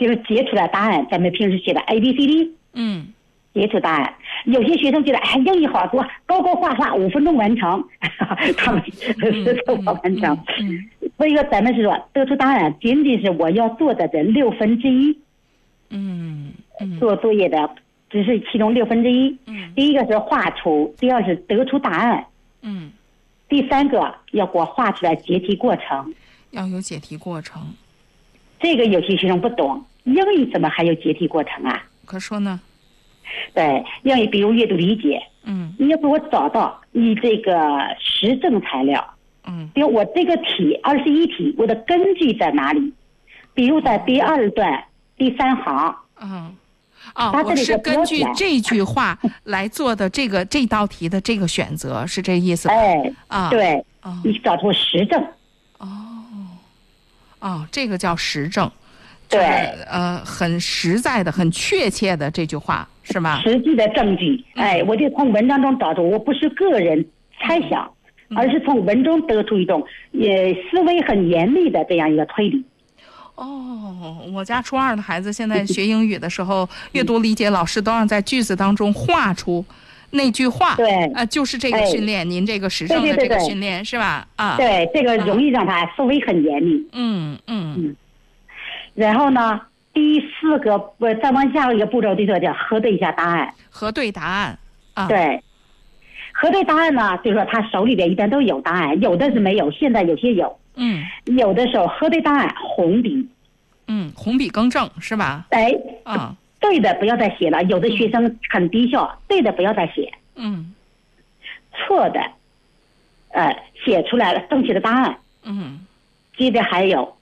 就是截出来答案，咱们平时写的 A B C
D，嗯，
截出答案。有些学生觉得，哎，英语好多，高高画画，五分钟完成， (laughs) 他们十分钟完成。
嗯嗯、
所以说，咱们是说得出答案仅仅是我要做的这六分之一。
嗯，嗯
做作业的只是其中六分之一。
嗯，
第一个是画出，第二是得出答案。
嗯，
第三个要给我画出来解题过程。
要有解题过程。
这个有些学生不懂。英语怎么还有解题过程啊？
可说呢。
对，英语比如阅读理解，
嗯，
你要给我找到你这个实证材料，
嗯，
比如我这个题二十一题，我的根据在哪里？比如在第二段、嗯、第三行，
嗯，哦，我是根据这句话来做的这个 (laughs) 这道题的这个选择，是这意思吧？
哎，
啊，
对，
哦、
你找出实证。
哦，哦，这个叫实证。
对，
呃，很实在的、很确切的这句话是吗？
实际的证据，
嗯
哎，我就从文章中找出，我不是个人猜想，
嗯、
而是从文中得出一种呃思维很严密的这样一个推理。
哦，我家初二的孩子现在学英语的时候，阅读理解老师都让在句子当中画出那句话。
对，
呃，就是这个训练，
哎、
您这个实证的这个训练是吧？啊，
对，这个容易让他思维很严密。
嗯嗯。
嗯然后呢，第四个不，再往下一个步骤就叫核对一下答案。
核对答案，啊，
对，核对答案呢，就是说他手里边一般都有答案，有的是没有，现在有些有。
嗯，
有的时候核对答案红笔。
嗯，红笔更正是吧？
哎，
啊，
对的不要再写了，有的学生很低效，对的不要再写。
嗯，
错的，呃，写出来了正确的答案。
嗯，
接着还有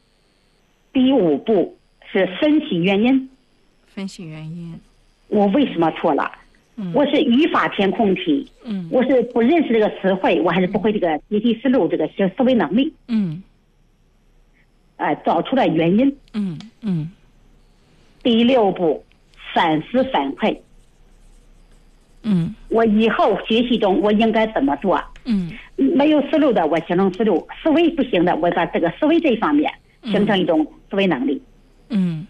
第五步是分析原因。
分析原因。
我为什么错了？
嗯、
我是语法填空题。
嗯，
我是不认识这个词汇，我还是不会这个解题思路，这个思思维能力。
嗯，
呃，找出来原因。
嗯嗯。
第六步，反思反馈。
嗯，
我以后学习中我应该怎么做？
嗯，
没有思路的我形成思路，思维不行的我把这个思维这一方面形成一种思维能力。
嗯，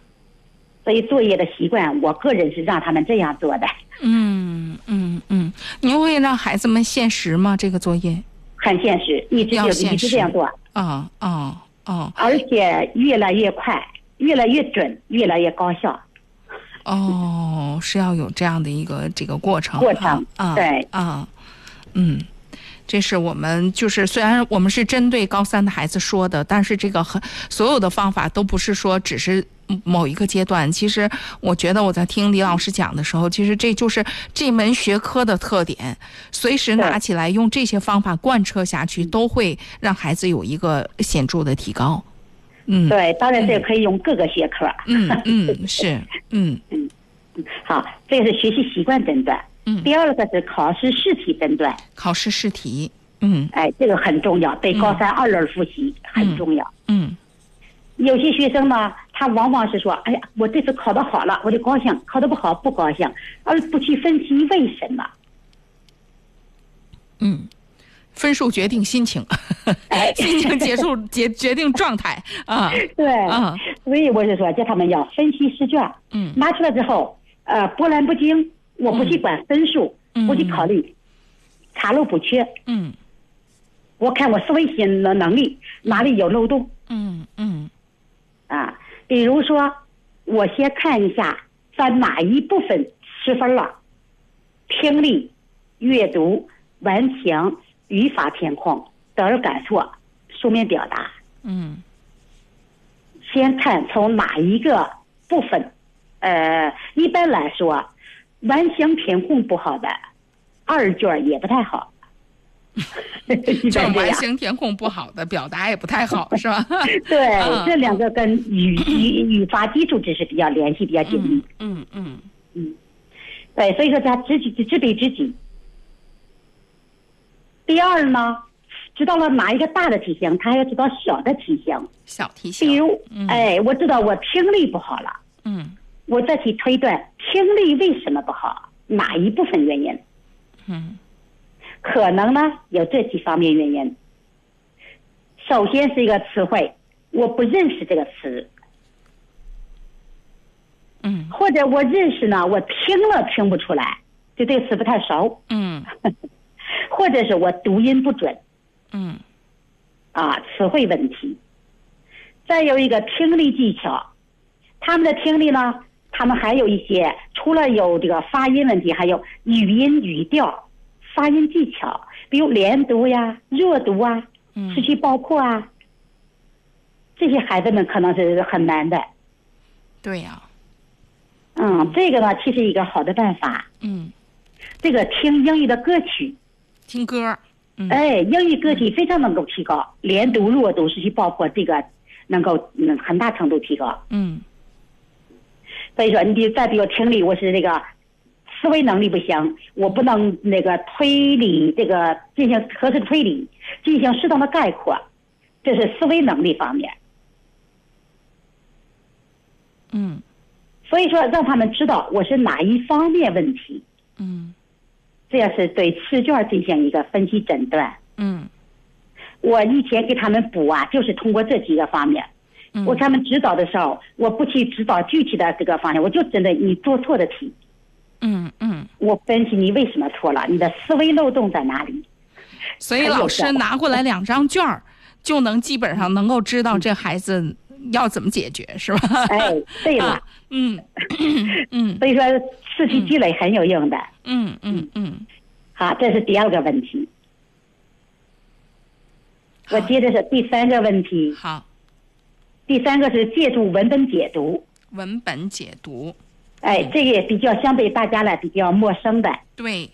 所以作业的习惯，我个人是让他们这样做的。
嗯嗯嗯，你会让孩子们限时吗？这个作业
很现实，一直
要
就
限
一直
时
这样做，
啊啊啊！
而且越来越快，越来越准，越来越高效。
哦，是要有这样的一个这个过程，
过程
啊，
对
啊，嗯。这是我们就是虽然我们是针对高三的孩子说的，但是这个很所有的方法都不是说只是某一个阶段。其实我觉得我在听李老师讲的时候，其实这就是这门学科的特点，随时拿起来用这些方法贯彻下去，
嗯
都会让孩子有一个显著的提高。嗯，
对，当然这个可以用各个学科。
嗯嗯是嗯
好，这个是学习习惯诊断。
嗯，
第二个是考试试题诊断。
考试试题，嗯
哎，这个很重要，对高三二轮复习很重要。
嗯
有些学生呢，他往往是说：“哎呀，我这次考得好了，我就高兴；考得不好，不高兴。”而不去分析为什么。
嗯，分数决定心情，心情结束决决定状态啊，
对，
啊
所以我就说叫他们要分析试卷。
嗯
拿出来之后，呃，波澜不惊，我不去管分数，
嗯
我去考虑查漏补缺。
嗯
我看我思维性能能力哪里有漏洞
嗯嗯
啊？比如说，我先看一下在哪一部分失分了，听力、阅读、文情、语法填空、德尔感错、书面表达，
嗯
先看从哪一个部分。呃，一般来说，完形填空不好的，二卷也不太
(laughs)
好。一
就是
般这
完
样。
形填空不好的，表达也不太好，是吧？
对，
嗯
这两个跟
(clears throat)
语语语法基础知识比较联系比较紧密。
嗯嗯
对，哎所以说他知己知彼知己。第二呢，知道了哪一个大的题型，他还要知道小的题型。
小提醒，
比如，
嗯
哎，我知道我听力不好了，
嗯
我再去推断听力为什么不好，哪一部分原因？
嗯
可能呢有这几方面原因。首先是一个词汇，我不认识这个词，
嗯
或者我认识呢，我听了听不出来，就这个词不太熟，
嗯
或者是我读音不准
嗯
啊，词汇问题。再有一个听力技巧，他们的听力呢，他们还有一些除了有这个发音问题，还有语音语调、发音技巧，比如连读呀、弱读啊、
嗯
失去爆破啊，这些孩子们可能是很难的。
对呀，
嗯，这个呢，其实一个好的办法，
嗯，
这个听英语的歌曲。
听歌儿，嗯
哎，英语个体非常能够提高，连读、弱读、失去爆破这个能够嗯很大程度提高。
嗯
所以说，你比如再比如听力，我是这个思维能力不行，我不能那个推理这个进行合适的推理，进行适当的概括，这是思维能力方面。
嗯
所以说，让他们知道我是哪一方面问题，
嗯
这样是对试卷进行一个分析诊断。
嗯
我以前给他们补啊，就是通过这几个方面。
嗯，
我给他们指导的时候，我不去指导具体的这个方向，我就针对你做错的题，
嗯嗯。
我分析你为什么错了，你的思维漏洞在哪里。
所以老师拿过来两张卷儿，就能基本上能够知道这孩子要怎么解决，是吧？
哎，对了，
啊嗯嗯
所以说试题积累很有用的。
嗯嗯嗯，
好，这是第二个问题。我接着是第三个问题，
好，
第三个是借助文本解读，
文本解读，
哎，这个也比较相对大家来比较陌生的。
对，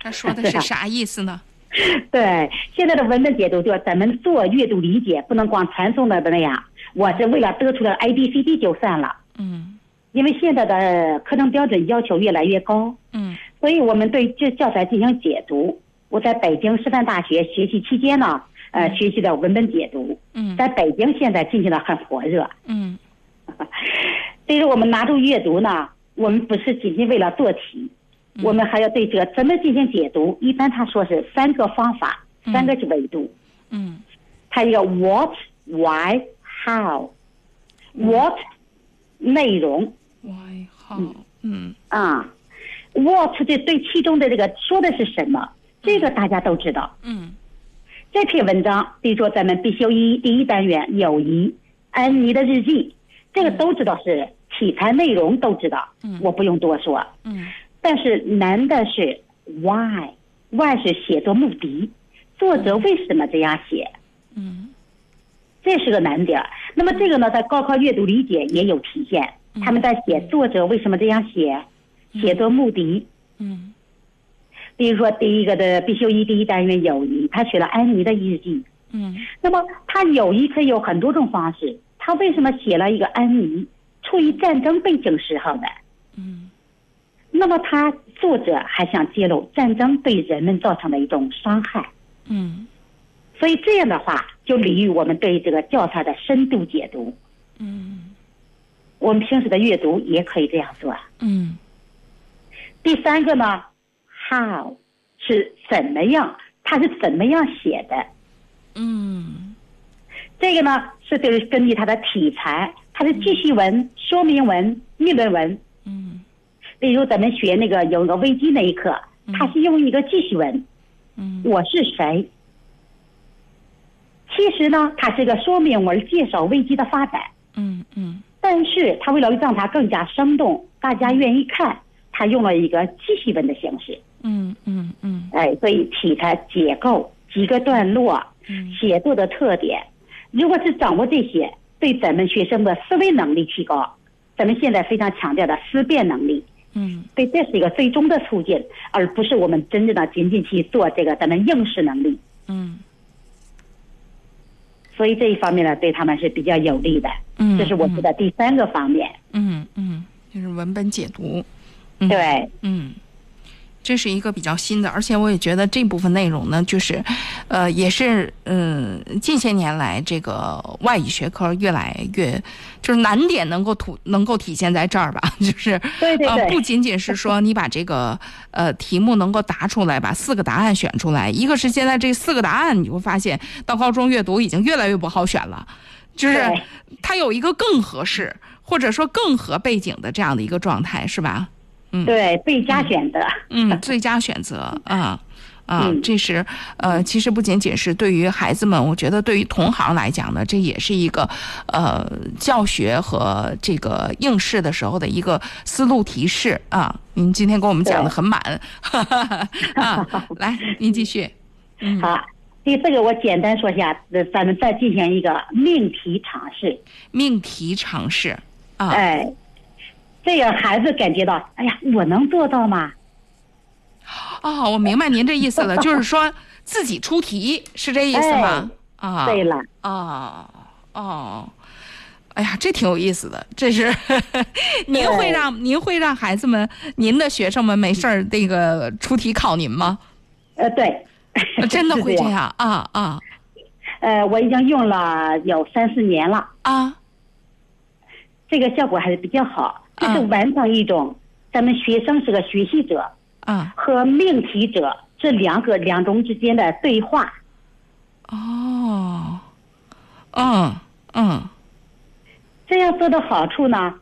他说的是啥意思呢？
(laughs) 对，现在的文本解读就咱们做阅读理解，不能光传送的那样。我是为了得出了 A B C D 就算了。
嗯，
因为现在的课程标准要求越来越高。
嗯，
所以我们对这教材进行解读。我在北京师范大学学习期间呢，呃，学习的文本解读。
嗯，
在北京现在进行的很火热。
嗯，
所以说我们拿出阅读呢，我们不是仅仅为了做题。
嗯
我们还要对这个怎么进行解读？一般他说是三个方法，
嗯
三个维度。
嗯，
它一个 what、why、how。what
嗯
内容
，why how，嗯
啊，what 这对其中的这个说的是什么？这个大家都知道。
嗯
这篇文章，比如说咱们必修一第一单元友谊，安妮的日记，这个都知道是题材内容都知道，我不用多说。
嗯
但是难的是 why，why 是写作目的，作者为什么这样写，
嗯
这是个难点儿。那么这个呢，在高考阅读理解也有体现，他们在写作者为什么这样写，写作目的。
嗯
比如说第一个的必修一第一单元友谊，他写了安妮的日记。
嗯
那么他友谊可以有很多种方式，他为什么写了一个安妮？处于战争背景时候的。
嗯
那么他作者还想揭露战争对人们造成的一种伤害，
嗯
所以这样的话就利于我们对这个教材的深度解读。
嗯
我们平时的阅读也可以这样做。
嗯
第三个呢，how 是怎么样，它是怎么样写的？
嗯
这个呢是就是根据它的题材，它是记叙文、说明文、议论文。
嗯
比如咱们学那个有一个危机那一课，它是用一个记叙文，
嗯
我是谁？其实呢，它是一个说明文，介绍危机的发展。
嗯嗯
但是它为了让它更加生动，大家愿意看，它用了一个记叙文的形式。
嗯嗯嗯
哎，所以题材结构、几个段落、
嗯
写作的特点，如果是掌握这些，对咱们学生的思维能力提高，咱们现在非常强调的思辨能力，
嗯
对，这是一个最终的促进，而不是我们真正的仅仅去做这个咱们应试能力。
嗯
所以这一方面呢，对他们是比较有利的。
嗯
这是我觉得第三个方面。
嗯嗯，就是文本解读。嗯
对，
嗯，这是一个比较新的，而且我也觉得这部分内容呢，就是，呃，也是嗯，近些年来这个外语学科越来越就是难点能够突能够体现在这儿吧， (laughs) 就是
对对
呃，
对
不仅仅是说你把这个呃题目能够答出来，把四个答案选出来，一个是现在这四个答案，你会发现到高中阅读已经越来越不好选了。就是
对
它有一个更合适，或者说更合背景的这样的一个状态，是吧？嗯
对，最佳选择。
嗯，最佳选择啊啊，
嗯
这是呃，其实不仅仅是对于孩子们，我觉得对于同行来讲呢，这也是一个呃教学和这个应试的时候的一个思路提示啊。您今天给我们讲的很满，哈哈哈
(laughs)
啊，来您继续，嗯
好，第四个我简单说一下，呃咱们再进行一个命题尝试。
命题尝试啊，
哎，这个孩子感觉到，哎呀，我能做到吗？
哦，我明白您这意思了，就是说自己出题是这意思吗？啊，
哎对了，
哦哦，哎呀，这挺有意思的，这 (laughs) 是您会让您会让孩子们、您的学生们没事儿那个出题考您 (laughs) 吗？，
呃，对
真的
是
会这。样啊啊
呃，我已经用了有三四年了，
啊！
这个效果还是比较好。这是
嗯
完成一种，咱们学生是个学习者
啊
和命题者这两个两种之间的对话。
哦，嗯嗯
这样做的好处呢，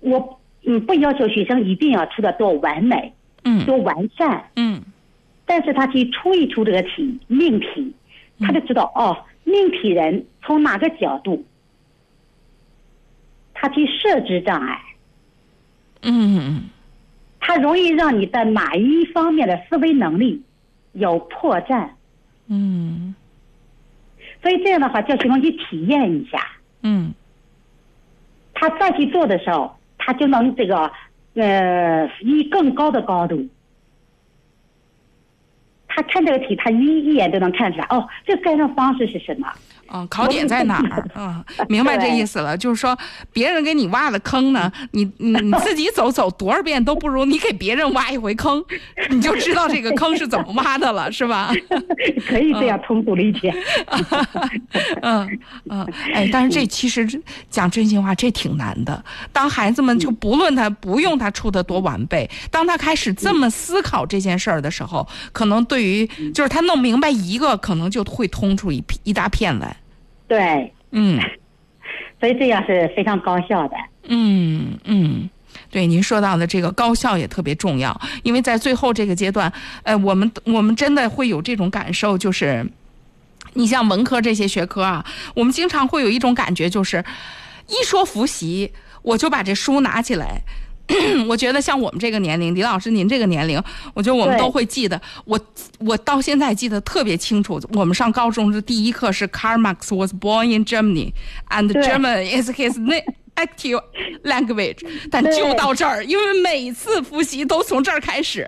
我嗯不要求学生一定要出的多完美、
嗯
多完善，
嗯
但是他去出一出这个题命题，他就知道、哦，命题人从哪个角度，他去设置障碍，
嗯
他容易让你在哪一方面的思维能力有破绽，
嗯
所以这样的话叫学生去体验一下，
嗯
他再去做的时候，他就能这个呃以更高的高度看这个题，他一一眼就能看出来，哦，这概算方式是什么？
嗯，考点在哪儿？嗯，明白这意思了，就是说别人给你挖的坑呢，你你自己走走多少遍都不如你给别人挖一回坑，你就知道这个坑是怎么挖的了，是吧？ (laughs)
(laughs) 可以这样通俗理解。
嗯嗯，哎，但是这其实讲真心话，这挺难的。当孩子们就不论他不用他出的多完备，当他开始这么思考这件事儿的时候，可能对于就是他弄明白一个，可能就会通出一一大片来。
对，
嗯，
所以这样是非常高效的。
嗯嗯，对，您说到的这个高效也特别重要，因为在最后这个阶段，呃，我们我们真的会有这种感受，就是你像文科这些学科啊，我们经常会有一种感觉，就是一说复习，我就把这书拿起来。 (clears throat) 我觉得像我们这个年龄，李老师您这个年龄，我觉得我们都会记得。我我到现在记得特别清楚，我们上高中是第一课是 Karl Marx was born in Germany and German is his native language，但就到这儿，因为每次复习都从这儿开始。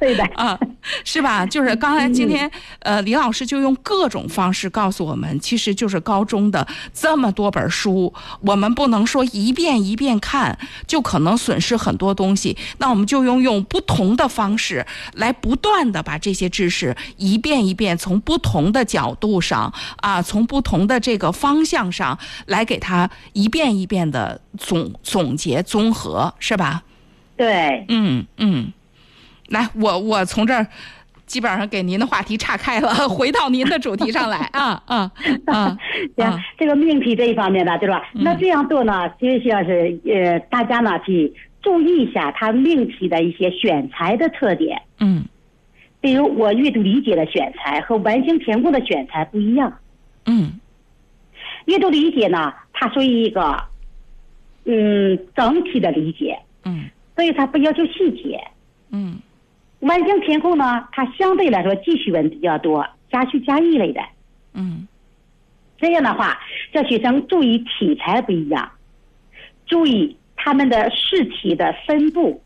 对的
啊，是吧？就是刚才今天、嗯、呃，李老师就用各种方式告诉我们，其实就是高中的这么多本书，我们不能说一遍一遍看。就可能损失很多东西，那我们就用用不同的方式来不断的把这些知识一遍一遍从不同的角度上啊，从不同的这个方向上来给它一遍一遍的总总结综合，是吧？
对，
嗯嗯，来，我我从这儿。基本上给您的话题岔开了，回到您的主题上来啊啊啊！
行，这个命题这一方面呢，对吧？那这样做呢，其实需要是呃，大家呢去注意一下它命题的一些选材的特点。
嗯，
比如我阅读理解的选材和完形填空的选材不一样。
嗯，
阅读理解呢，它属于一个嗯整体的理解。
嗯，
所以它不要求细节。
嗯。
完形填空呢，它相对来说记叙文比较多，加叙加意类的。
嗯，
这样的话，叫学生注意题材不一样，注意他们的试题的分布。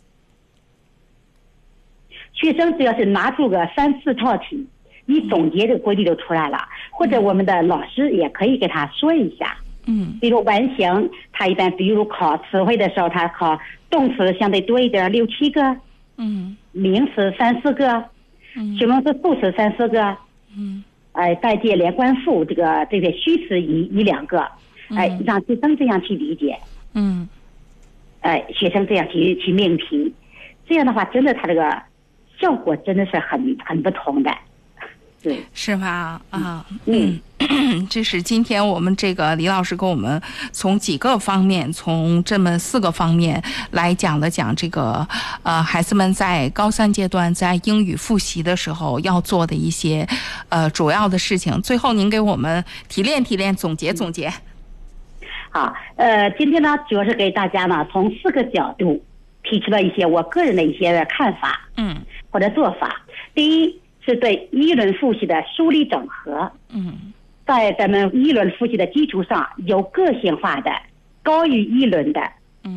学生只要是拿出个三四套题，你总结这个规律就出来了。或者我们的老师也可以给他说一下。
嗯，
比如完形，他一般比如考词汇的时候，他考动词相对多一点，六七个。
嗯，
名词三四个，形容词、副词三四个，
嗯，
哎，代借连冠副这个这些虚词一一两个，哎，让学生这样去理解，
嗯，
哎，学生这样去去命题，这样的话，真的他这个效果真的是很很不同的，对，
是吧？啊，
嗯。嗯
(clears throat) 这是今天我们这个李老师给我们从几个方面，从这么四个方面来讲了讲这个呃孩子们在高三阶段在英语复习的时候要做的一些呃主要的事情。最后您给我们提炼提炼，总结总结。
好，呃，今天呢主要是给大家呢从四个角度提出了一些我个人的一些看法，
嗯，
或者做法。第一是对一轮复习的梳理整合，
嗯。
在咱们一轮复习的基础上，有个性化的、高于一轮的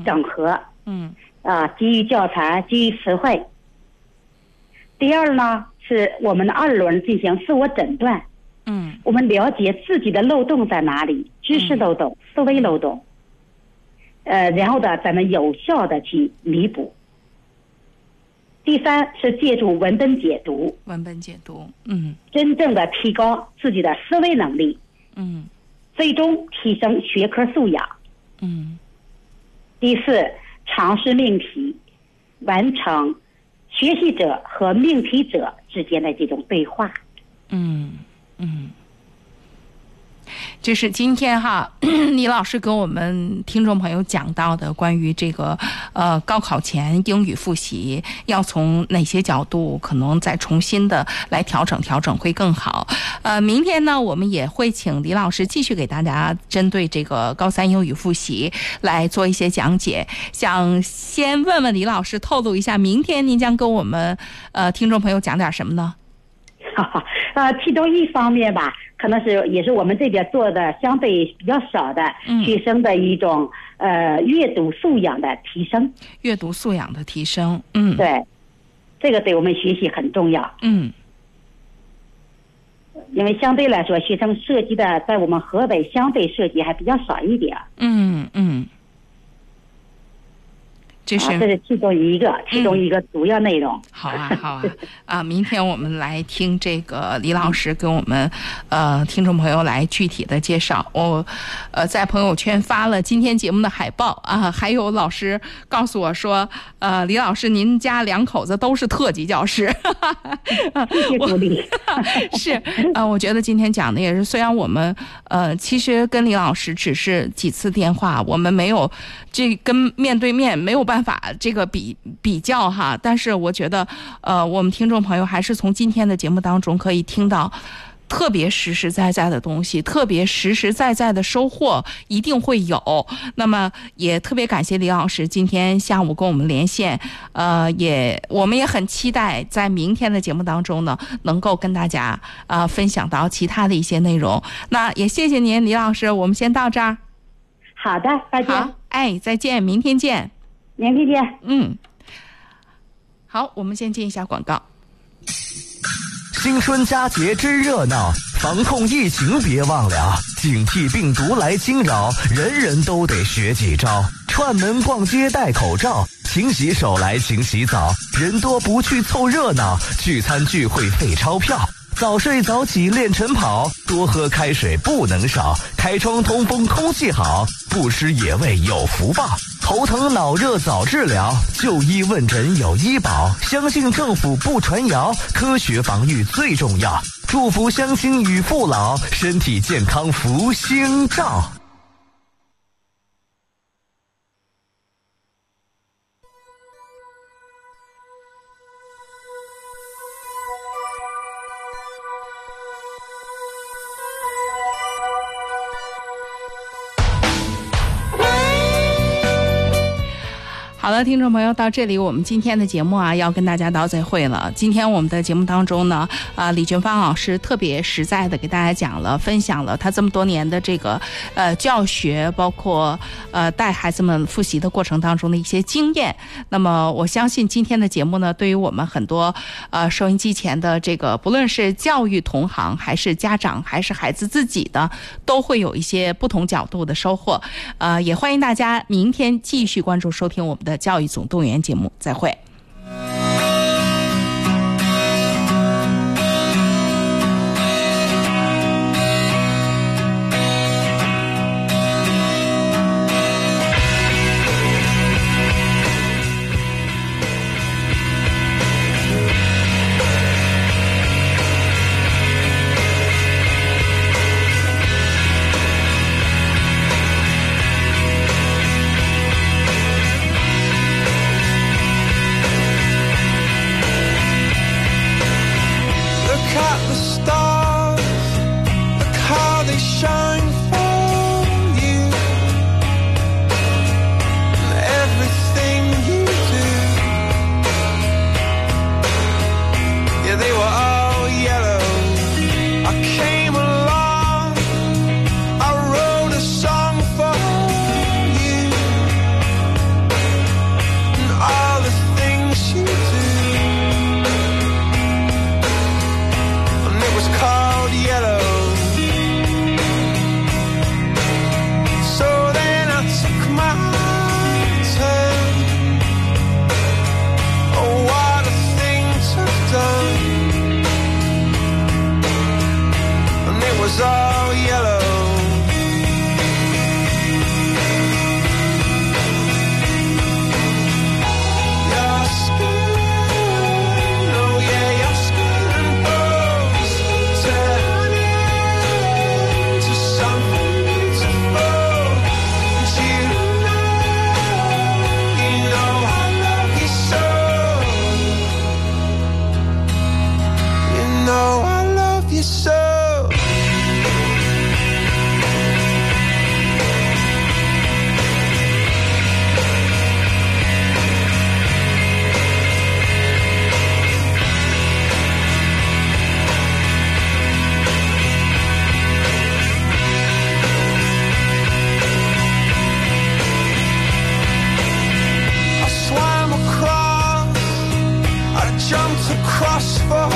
整合，
嗯，
嗯啊，基于教材、基于词汇。第二呢，是我们的二轮进行自我诊断，
嗯，
我们了解自己的漏洞在哪里，知识漏洞、嗯、思维漏洞，呃，然后呢，咱们有效的去弥补。第三是借助文本解读，
文本解读，嗯，
真正的提高自己的思维能力，
嗯，
最终提升学科素养，
嗯。
第四，尝试命题，完成学习者和命题者之间的这种对话， (laughs)
嗯嗯。这是今天哈， (clears throat) 李老师给我们听众朋友讲到的关于这个呃高考前英语复习要从哪些角度，可能再重新的来调整调整会更好。呃，明天呢，我们也会请李老师继续给大家针对这个高三英语复习来做一些讲解。想先问问李老师，透露一下，明天您将跟我们呃听众朋友讲点什么呢？
哈，呃，其中一方面吧，可能是也是我们这边做的相对比较少的学生的一种、
嗯、
呃阅读素养的提升，
阅读素养的提升，嗯，
对，这个对我们学习很重要。
嗯，
因为相对来说，学生涉及的在我们河北相对涉及还比较少一点。
嗯嗯，这是、
啊、这是其中一个，其中一个主要内容。嗯、
好啊，好啊啊！明天我们来听这个李老师跟我们呃听众朋友来具体的介绍。我呃在朋友圈发了今天节目的海报啊，还有老师告诉我说，呃，李老师您家两口子都是特级教师，
我 (laughs)
(laughs) 是啊、呃，我觉得今天讲的也是，虽然我们呃其实跟李老师只是几次电话，我们没有这跟面对面没有办法这个比比较哈，但是我觉得呃我们听众。朋友还是从今天的节目当中可以听到特别实实在在的东西，特别实实在在的收获一定会有。那么也特别感谢李老师今天下午跟我们连线，呃，也我们也很期待在明天的节目当中呢，能够跟大家啊、呃、分享到其他的一些内容。那也谢谢您，李老师，我们先到这儿。
好的，再见。
哎，再见，明天见。
明天见。
嗯，好，我们先进一下广告。
新春佳节真热闹，防控疫情别忘了，警惕病毒来侵扰，人人都得学几招。串门逛街戴口罩，勤洗手来勤洗澡，人多不去凑热闹，聚餐聚会费钞票。早睡早起练晨跑，多喝开水不能少，开窗通风空气好，不吃野味有福报。头疼脑热早治疗，就医问诊有医保。相信政府不传谣，科学防御最重要。祝福乡亲与父老，身体健康福星照。
好了，听众朋友，到这里我们今天的节目啊，要跟大家道再会了。今天我们的节目当中呢，啊、呃，李俊芳老师特别实在的给大家讲了，分享了他这么多年的这个呃教学，包括呃带孩子们复习的过程当中的一些经验。那么我相信今天的节目呢，对于我们很多呃收音机前的这个，不论是教育同行，还是家长，还是孩子自己的，都会有一些不同角度的收获。呃，也欢迎大家明天继续关注收听我们的。教育总动员节目，再会。was
Oh, lost for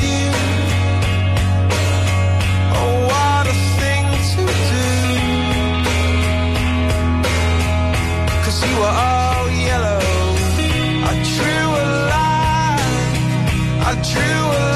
you. Oh, what a thing to do. Cause you are all yellow. I drew a line. I drew a line. Oh,